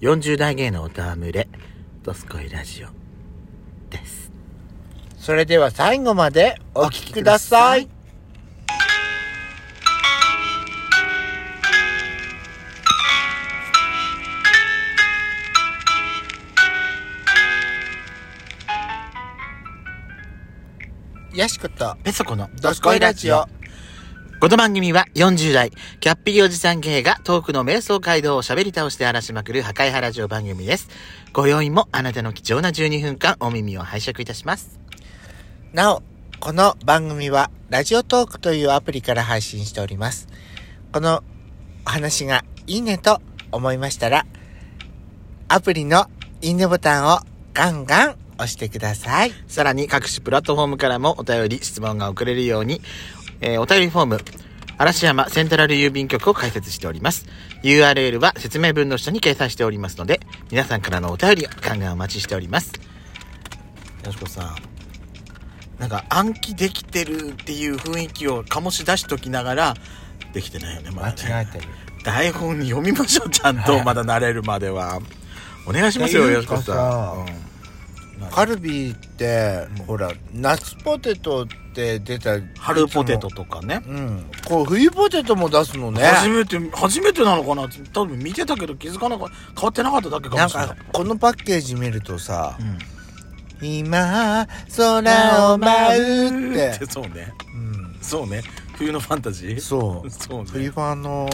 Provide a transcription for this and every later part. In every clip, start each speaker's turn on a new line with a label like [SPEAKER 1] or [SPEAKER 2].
[SPEAKER 1] 40代芸のおたわむれ、ドスコイラジオです。
[SPEAKER 2] それでは最後までお聞きください。よしこと、
[SPEAKER 1] ペソコの
[SPEAKER 2] どすこいラジオ。
[SPEAKER 1] この番組は40代、キャッピリおじさん芸がトークの瞑想街道を喋り倒して荒らしまくる破壊派ラジオ番組です。ご用意もあなたの貴重な12分間お耳を拝借いたします。
[SPEAKER 2] なお、この番組は、ラジオトークというアプリから配信しております。このお話がいいねと思いましたら、アプリのいいねボタンをガンガン押してください。
[SPEAKER 1] さらに各種プラットフォームからもお便り、質問が送れるように、えーお便りフォーム、嵐山セントラル郵便局を開設しております。URL は説明文の下に掲載しておりますので、皆さんからのお便りをガンガンお待ちしております。よしこさん、なんか暗記できてるっていう雰囲気を醸し出しときながら、できてないよね、ま
[SPEAKER 2] 間違えてる。
[SPEAKER 1] 台本読みましょう、ちゃんと、まだ慣れるまで は。お願いしますよ、
[SPEAKER 2] ってい
[SPEAKER 1] よ
[SPEAKER 2] う
[SPEAKER 1] しこ
[SPEAKER 2] かさ
[SPEAKER 1] さん。
[SPEAKER 2] カルビーって、ほら、夏ポテトって出た。
[SPEAKER 1] 春ポテト。とかね。
[SPEAKER 2] うん。こう、冬ポテトも出すのね。
[SPEAKER 3] 初めて初めてなのかな多分見てたけど気づかなかった変わってなかっただけか
[SPEAKER 2] な
[SPEAKER 3] も
[SPEAKER 2] ん
[SPEAKER 3] しれない
[SPEAKER 2] か、このパッケージ見るとさ、
[SPEAKER 1] うん
[SPEAKER 2] 今、空を舞うっ。
[SPEAKER 3] ってて そうね
[SPEAKER 2] うん。
[SPEAKER 3] そうね冬のファンタジー
[SPEAKER 2] そう。
[SPEAKER 3] そう
[SPEAKER 2] 冬
[SPEAKER 3] ね
[SPEAKER 2] ファンの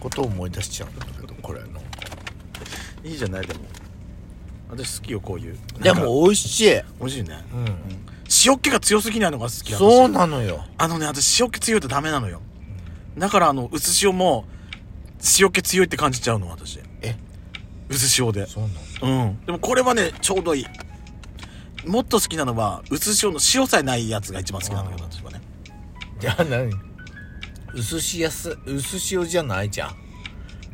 [SPEAKER 2] ことを思い出しちゃうんだけどこれの
[SPEAKER 3] いいじゃないでも私好きよこういう
[SPEAKER 2] でも美味しい、
[SPEAKER 3] 美味しいね塩気が強すぎないのが好き
[SPEAKER 2] そう
[SPEAKER 3] 私
[SPEAKER 2] なのよ
[SPEAKER 3] あのね私塩気強いとダメなのよだからあの薄塩も塩気強いって感じちゃうの私
[SPEAKER 2] え
[SPEAKER 3] 薄塩で
[SPEAKER 2] そうなの
[SPEAKER 3] うんでもこれはねちょうどいいもっと好きなのは薄塩の塩さえないやつが一番好きなんだけど
[SPEAKER 2] あ
[SPEAKER 3] 私はね
[SPEAKER 2] じゃあ何薄塩す薄塩じゃないじゃん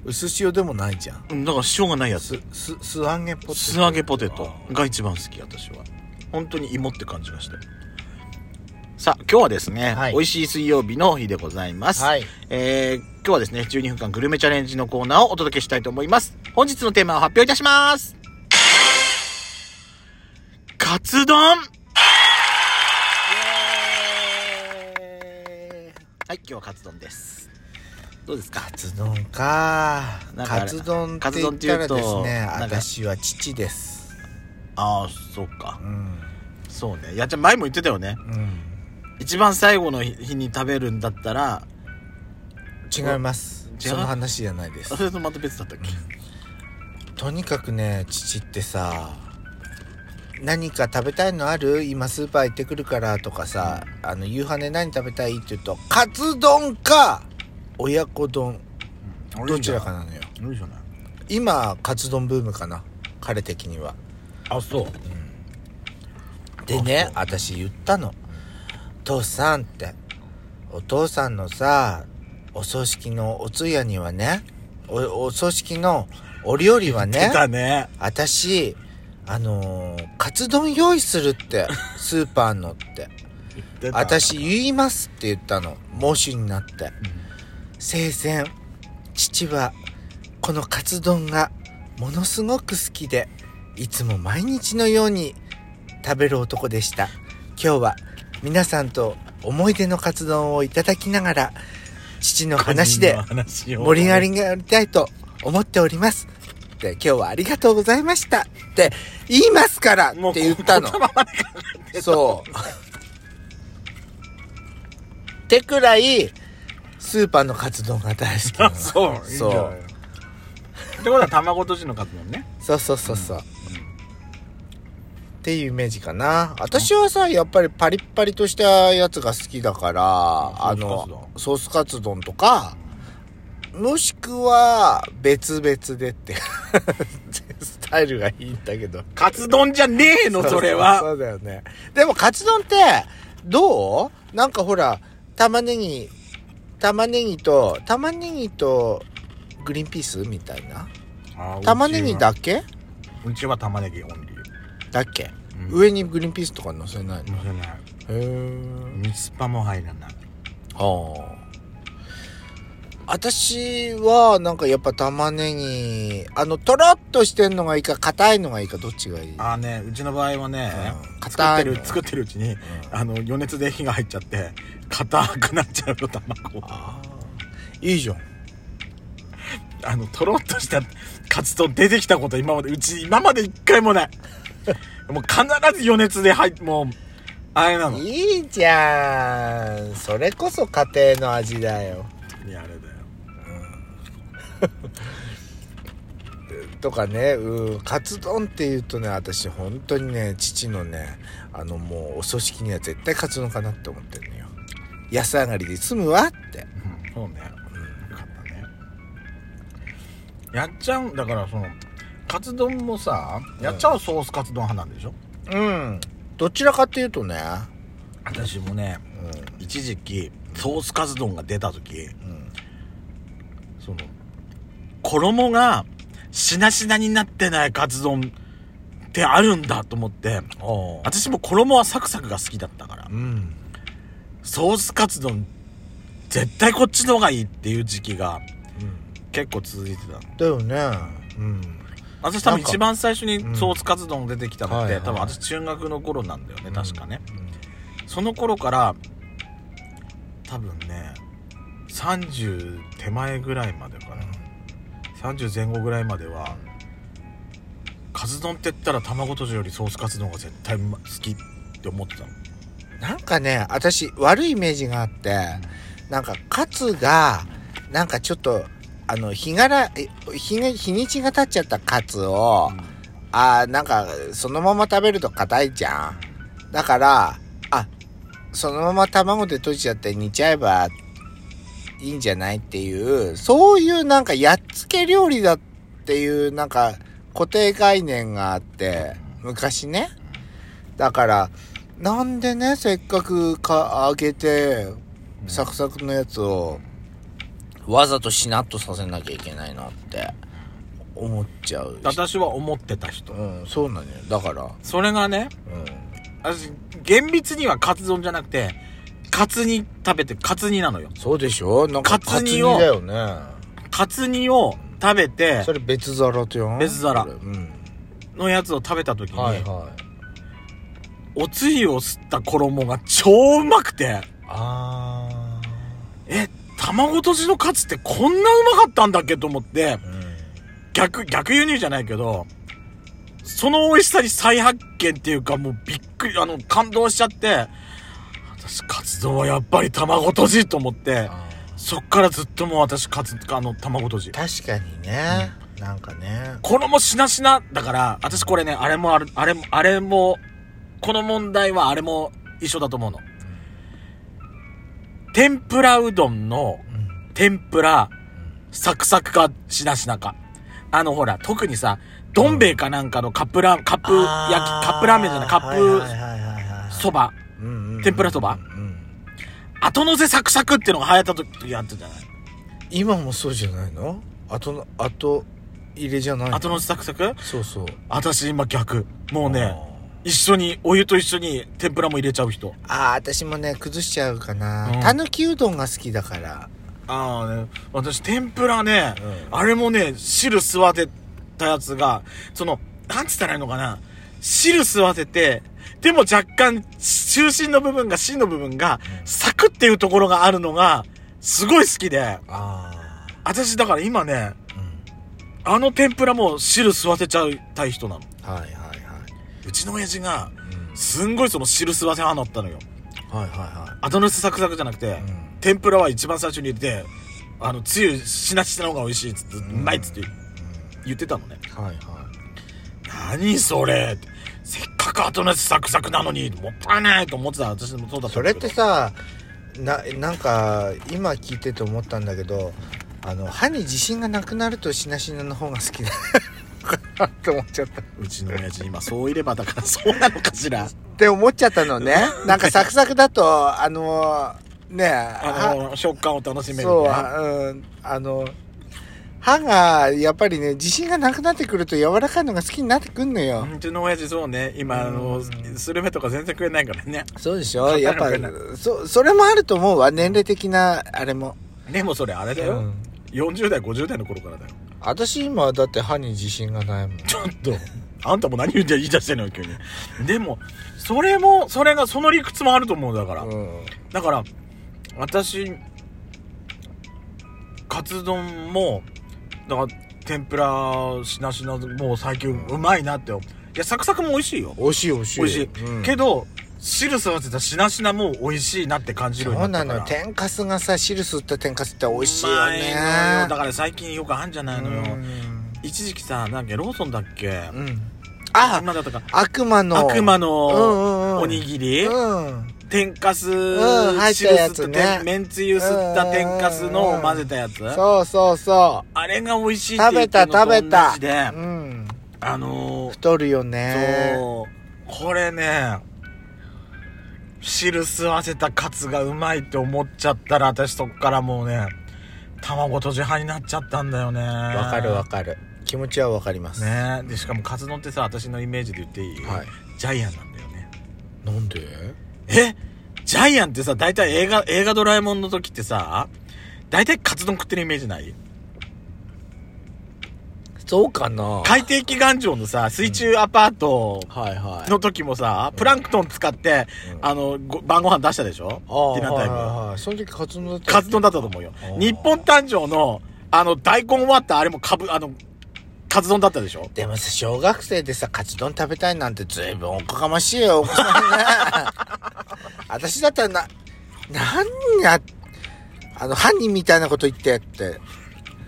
[SPEAKER 2] 薄塩でもないじゃん
[SPEAKER 3] うんだから塩がないやつ
[SPEAKER 2] すす素揚げポテト
[SPEAKER 3] 素揚げポテトが一番好き私は本当に芋って感じがして
[SPEAKER 1] さあ、今日はですね、
[SPEAKER 2] はい
[SPEAKER 1] 美味しい水曜日の日でございます。
[SPEAKER 2] はい
[SPEAKER 1] えー、今日はですね、12分間グルメチャレンジのコーナーをお届けしたいと思います。本日のテーマを発表いたします。カツ丼はい、今日はカツ丼です。どうですか
[SPEAKER 2] カツ丼か
[SPEAKER 1] なんか
[SPEAKER 2] カツ丼って
[SPEAKER 1] カ
[SPEAKER 2] 言ったらですね
[SPEAKER 1] ツ丼って言うとなんか
[SPEAKER 2] 私は父です
[SPEAKER 3] ああそうか
[SPEAKER 2] うん
[SPEAKER 3] そうねいやじゃあ前も言ってたよね
[SPEAKER 2] うん
[SPEAKER 3] 一番最後の日に食べるんだったら
[SPEAKER 2] 違います
[SPEAKER 3] 違う
[SPEAKER 2] その話じゃないです
[SPEAKER 3] それとまた別だったっけ
[SPEAKER 2] とにかくね父ってさ何か食べたいのある今スーパー行ってくるからとかさ、あの夕飯で何食べたいって言うとカツ丼か親子丼どちらかなのよ
[SPEAKER 3] いいじゃない
[SPEAKER 2] 今カツ丼ブームかな彼的には
[SPEAKER 3] あそう
[SPEAKER 2] でね私言ったの「父さん」ってお父さんのさお葬式のお通夜にはねおお葬式のお料理はね
[SPEAKER 3] 出たね
[SPEAKER 2] 私あのーカツ丼用意するってスーパーのって
[SPEAKER 3] 出た
[SPEAKER 2] 私言いますって言ったの喪主になって生前父はこのカツ丼がものすごく好きでいつも毎日のように食べる男でした今日は皆さんと思い出のカツ丼をいただきながら父の話で盛り上がりがりたいと思っております。で、今日はありがとうございましたって言いますから
[SPEAKER 3] も
[SPEAKER 2] っ
[SPEAKER 3] う
[SPEAKER 2] て言ったの。そう。ってくらい、スーパーのカツ丼が大好きなの
[SPEAKER 3] そういいじゃん
[SPEAKER 2] そう
[SPEAKER 3] ってことは卵とじのカツ丼ね
[SPEAKER 2] そうそうそうそう。っていうイメージかな。私はさ、やっぱりパリッパリとしたやつが好きだから、あの、ソースカツ丼とか、もしくは、別々でって、 スタイルがいいんだけど。
[SPEAKER 3] カツ丼じゃねえのそれは
[SPEAKER 2] そうだよね。でも、カツ丼って、どうなんかほら、玉ねぎ、玉ねぎと、玉ねぎと、グリーンピースみたいな。玉ねぎだけ
[SPEAKER 3] うちは玉ねぎオンリー
[SPEAKER 2] だっけ、
[SPEAKER 3] うん
[SPEAKER 2] 上にグリーンピースとか乗せないの、
[SPEAKER 3] 乗せない
[SPEAKER 2] へえ
[SPEAKER 3] ミツパも入らない
[SPEAKER 2] あ私はなんかやっぱ玉ねぎあのとろっとしてんのがいいか硬いのがいいかどっちがいい
[SPEAKER 3] ああねうちの場合はね、
[SPEAKER 2] うん
[SPEAKER 3] 作って
[SPEAKER 2] 硬い
[SPEAKER 3] る
[SPEAKER 2] の
[SPEAKER 3] 作ってるうちに、あの余熱で火が入っちゃって硬くなっちゃうの卵
[SPEAKER 2] あーいいじゃん
[SPEAKER 3] あのとろっとしたカツ丼出てきたこと今までうち今まで一回もないもう必ず余熱で入っもうあれなのい
[SPEAKER 2] いいじゃんそれこそ家庭の味だよ
[SPEAKER 3] やあれだよ
[SPEAKER 2] とかねうんカツ丼っていうとね私本当にね父のねあのもうお葬式には絶対カツ丼かなって思ってるのよ安上がりで済むわって
[SPEAKER 3] うんそうね、よかったねやっちゃんだからそのカツ丼もさやっちゃんはソースカツ丼派なんでしょ、
[SPEAKER 2] うんどちらかっていうとね
[SPEAKER 3] 私もね
[SPEAKER 2] う
[SPEAKER 3] 一時期ソースカツ丼が出た時
[SPEAKER 2] んうん
[SPEAKER 3] その衣がしなしなになってないカツ丼ってあるんだと思って
[SPEAKER 2] お
[SPEAKER 3] 私も衣はサクサクが好きだったから
[SPEAKER 2] うん
[SPEAKER 3] ソースカツ丼絶対こっちの方がいいっていう時期が結構続いてたの
[SPEAKER 2] だよねうん
[SPEAKER 3] 私多
[SPEAKER 2] な
[SPEAKER 3] 分
[SPEAKER 2] んか
[SPEAKER 3] 一番最初にソースカツ丼出てきたのっ
[SPEAKER 2] はい
[SPEAKER 3] て、
[SPEAKER 2] はい
[SPEAKER 3] 多分私中学の頃なんだよね、
[SPEAKER 2] うん
[SPEAKER 3] 確かねその頃から多分ね30手前ぐらいまでかな、30前後ぐらいまではカツ丼って言ったら卵とじよりソースカツ丼が絶対うま好きって思ってたの
[SPEAKER 2] なんかね私悪いイメージがあってなんかカツがなんかちょっとあの日柄え日が日にちが経っちゃったカツを、あーなんかそのまま食べると硬いじゃんだからあそのまま卵で閉じちゃって煮ちゃえばいいんじゃないっていうそういうなんかやっつけ料理だっていうなんか固定概念があって昔ねだからなんでねせっかくか揚げてサクサクのやつをわざとしなっとさせなきゃいけないのって思っちゃうし
[SPEAKER 3] 私は思ってた人
[SPEAKER 2] うん、そうなのよ。だから、
[SPEAKER 3] それがね
[SPEAKER 2] うん、
[SPEAKER 3] 私厳密にはカツ丼じゃなくてカツ煮食べてカツ煮なのよ
[SPEAKER 2] そうでしょなんか、
[SPEAKER 3] カツ煮を
[SPEAKER 2] だよね。
[SPEAKER 3] カツ煮を食べて
[SPEAKER 2] それ別皿とよ。
[SPEAKER 3] 別皿
[SPEAKER 2] それうん。
[SPEAKER 3] のやつを食べた時に、
[SPEAKER 2] はいはい。
[SPEAKER 3] おつゆを吸った衣が超うまくて
[SPEAKER 2] あ
[SPEAKER 3] え卵とじのカツってこんなうまかったんだっけと思って
[SPEAKER 2] ー。うん。
[SPEAKER 3] 逆逆輸入じゃないけどその美味しさに再発見っていうかもうびっくりあの感動しちゃって私カツ丼はやっぱり卵とじと思って
[SPEAKER 2] あ
[SPEAKER 3] そっからずっともう私カツあの卵とじ
[SPEAKER 2] ー確かにね、なんかね。
[SPEAKER 3] 衣しなしなだから私これねあれもあるあれもあれもこの問題はあれも一緒だと思うの天ぷらうどんの
[SPEAKER 2] うん。
[SPEAKER 3] 天ぷらサクサクかしなしなかあのほら特にさどん兵衛かなんかのカップラーカップ焼きカップラーメンじゃないカ
[SPEAKER 2] はい
[SPEAKER 3] ッ
[SPEAKER 2] はいはいはいはい
[SPEAKER 3] プそば
[SPEAKER 2] うんうん
[SPEAKER 3] 天ぷらそば
[SPEAKER 2] うん。
[SPEAKER 3] 後乗せサクサクっていうのが流行った時あったじゃない
[SPEAKER 2] 今もそうじゃないの後の、後入れじゃないの
[SPEAKER 3] 後乗せサクサク
[SPEAKER 2] そうそう。
[SPEAKER 3] 私今逆もうね
[SPEAKER 2] あー
[SPEAKER 3] 一緒にお湯と一緒に天ぷらも入れちゃう人
[SPEAKER 2] あー私もね崩しちゃうかな、
[SPEAKER 3] うん
[SPEAKER 2] たぬきうどんが好きだから、
[SPEAKER 3] ああね私天ぷらね、
[SPEAKER 2] う
[SPEAKER 3] あれもね汁吸わせたやつがそのなんつったらいいのかな汁吸わせてでも若干中心の部分が芯の部分がサクっていうところがあるのがすごい好きで
[SPEAKER 2] あ
[SPEAKER 3] 私だから今ね
[SPEAKER 2] あうん
[SPEAKER 3] あの天ぷらも汁吸わせちゃいたい人なの
[SPEAKER 2] はいはいは
[SPEAKER 3] うちの親父が
[SPEAKER 2] い、うん
[SPEAKER 3] すんごいその汁吸わせ派だったのよ
[SPEAKER 2] はいは
[SPEAKER 3] 後のせサクサクじゃなくて、
[SPEAKER 2] いはい、うん
[SPEAKER 3] 天ぷらは一番最初に入れてあのつゆしなしなの方が美味しいっつって、うまいっつって言ってたのね
[SPEAKER 2] はいはい
[SPEAKER 3] 何それってせっかく後のやつサクサクなのにもったいないと思ってた私もそうだった
[SPEAKER 2] そ
[SPEAKER 3] ん
[SPEAKER 2] れ
[SPEAKER 3] だ
[SPEAKER 2] っ
[SPEAKER 3] け
[SPEAKER 2] て
[SPEAKER 3] ど
[SPEAKER 2] さななんか今聞いてて思ったんだけどあの歯に自信がなくなるとしなしなの方が好きだかなって思っちゃったっ
[SPEAKER 3] うちの親父今そういればだからそうなのかしら
[SPEAKER 2] て思っちゃったのねなんかサクサクだとあのね
[SPEAKER 3] あの食感を楽しめる
[SPEAKER 2] そう、
[SPEAKER 3] ね
[SPEAKER 2] あうん、あの、歯が、やっぱりね、自信がなくなってくると柔らかいのが好きになってくんのよ。
[SPEAKER 3] うちの親父そうね今あのスルメとか全然食えないからね
[SPEAKER 2] そうでし
[SPEAKER 3] 硬
[SPEAKER 2] ょ
[SPEAKER 3] いの
[SPEAKER 2] やっぱ
[SPEAKER 3] 食えない、
[SPEAKER 2] そ、それもあると思うわ。年齢的な、あれも。
[SPEAKER 3] うでもそれあれだ
[SPEAKER 2] う
[SPEAKER 3] よ
[SPEAKER 2] ん
[SPEAKER 3] 40代50代の頃からだよ
[SPEAKER 2] 私今だって歯に自信がないもん
[SPEAKER 3] ちょっとあんたも何言って言い出してんのよ急にでもそれもそれがその理屈もあると思うだから、
[SPEAKER 2] うん
[SPEAKER 3] だから私カツ丼もだから天ぷらしなしなもう最近うまいなっていやサクサクも美味しいよ
[SPEAKER 2] 美味しい美味しい
[SPEAKER 3] 美味しい、
[SPEAKER 2] うん
[SPEAKER 3] けど汁育てたしなしなも美味しいなって感じるよ
[SPEAKER 2] そうう
[SPEAKER 3] にな
[SPEAKER 2] な
[SPEAKER 3] ったか
[SPEAKER 2] の
[SPEAKER 3] ら
[SPEAKER 2] よ天かすがさ汁吸った天かすって美味しいうよ
[SPEAKER 3] まいの
[SPEAKER 2] ね
[SPEAKER 3] よだから最近よくあんじゃないのよ、一時期さなんかローソンだっけ、
[SPEAKER 2] うんうん
[SPEAKER 3] あ今だったか
[SPEAKER 2] 悪魔の
[SPEAKER 3] 悪魔
[SPEAKER 2] うんうんうん
[SPEAKER 3] のおにぎり、
[SPEAKER 2] うん
[SPEAKER 3] 天かす、
[SPEAKER 2] ん入った
[SPEAKER 3] 汁
[SPEAKER 2] や
[SPEAKER 3] 吸った
[SPEAKER 2] つね
[SPEAKER 3] 天めんつゆ吸った天かすのを混ぜたやつ、
[SPEAKER 2] そうそうそ
[SPEAKER 3] あれが美味しい
[SPEAKER 2] う
[SPEAKER 3] って
[SPEAKER 2] 食
[SPEAKER 3] 言っ
[SPEAKER 2] べ
[SPEAKER 3] て
[SPEAKER 2] た
[SPEAKER 3] んのと
[SPEAKER 2] 食べた
[SPEAKER 3] 同じで
[SPEAKER 2] うん
[SPEAKER 3] あのー
[SPEAKER 2] 太るよね
[SPEAKER 3] そうこれね汁吸わせたカツがうまいって思っちゃったら私そっからもうね卵とじ派になっちゃったんだよねわ
[SPEAKER 2] わかるわかる気持ちはわかります
[SPEAKER 3] ねでしかもカツ丼ってさ私のイメージで言っていい、
[SPEAKER 2] はい
[SPEAKER 3] ジャイアンなんだよね
[SPEAKER 2] なんで
[SPEAKER 3] えジャイアンってさ大体映画映画ドラえもんの時ってさ大体カツ丼食ってるイメージない
[SPEAKER 2] そうかな
[SPEAKER 3] 海底祈願城のさ水中アパート
[SPEAKER 2] はいはい
[SPEAKER 3] の時もさプランクトン使って、
[SPEAKER 2] うん
[SPEAKER 3] あのご晩ご飯出したでしょ
[SPEAKER 2] ああ
[SPEAKER 3] ディナータイム、
[SPEAKER 2] はいはいその時カツ丼だった
[SPEAKER 3] カツ丼だったと思うよ
[SPEAKER 2] あー
[SPEAKER 3] 日本誕生のあの大根割ったあれもかぶあのカツ丼だったでしょ
[SPEAKER 2] でもさ小学生でさカツ丼食べたいなんてずいぶんおこがましいよお子さんね 私だったらな何やあの犯人みたいなこと言ってって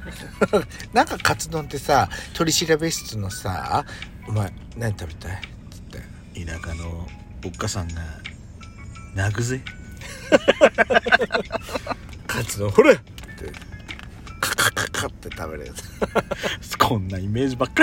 [SPEAKER 2] なんかカツ丼ってさ取り調べ室のさ「お前何食べたい?」っつって
[SPEAKER 3] 田舎のおっかさんが泣くぜ
[SPEAKER 2] 「カツ丼ほれ!」ってカカカカって食べるや つ
[SPEAKER 3] こんなイメージばっか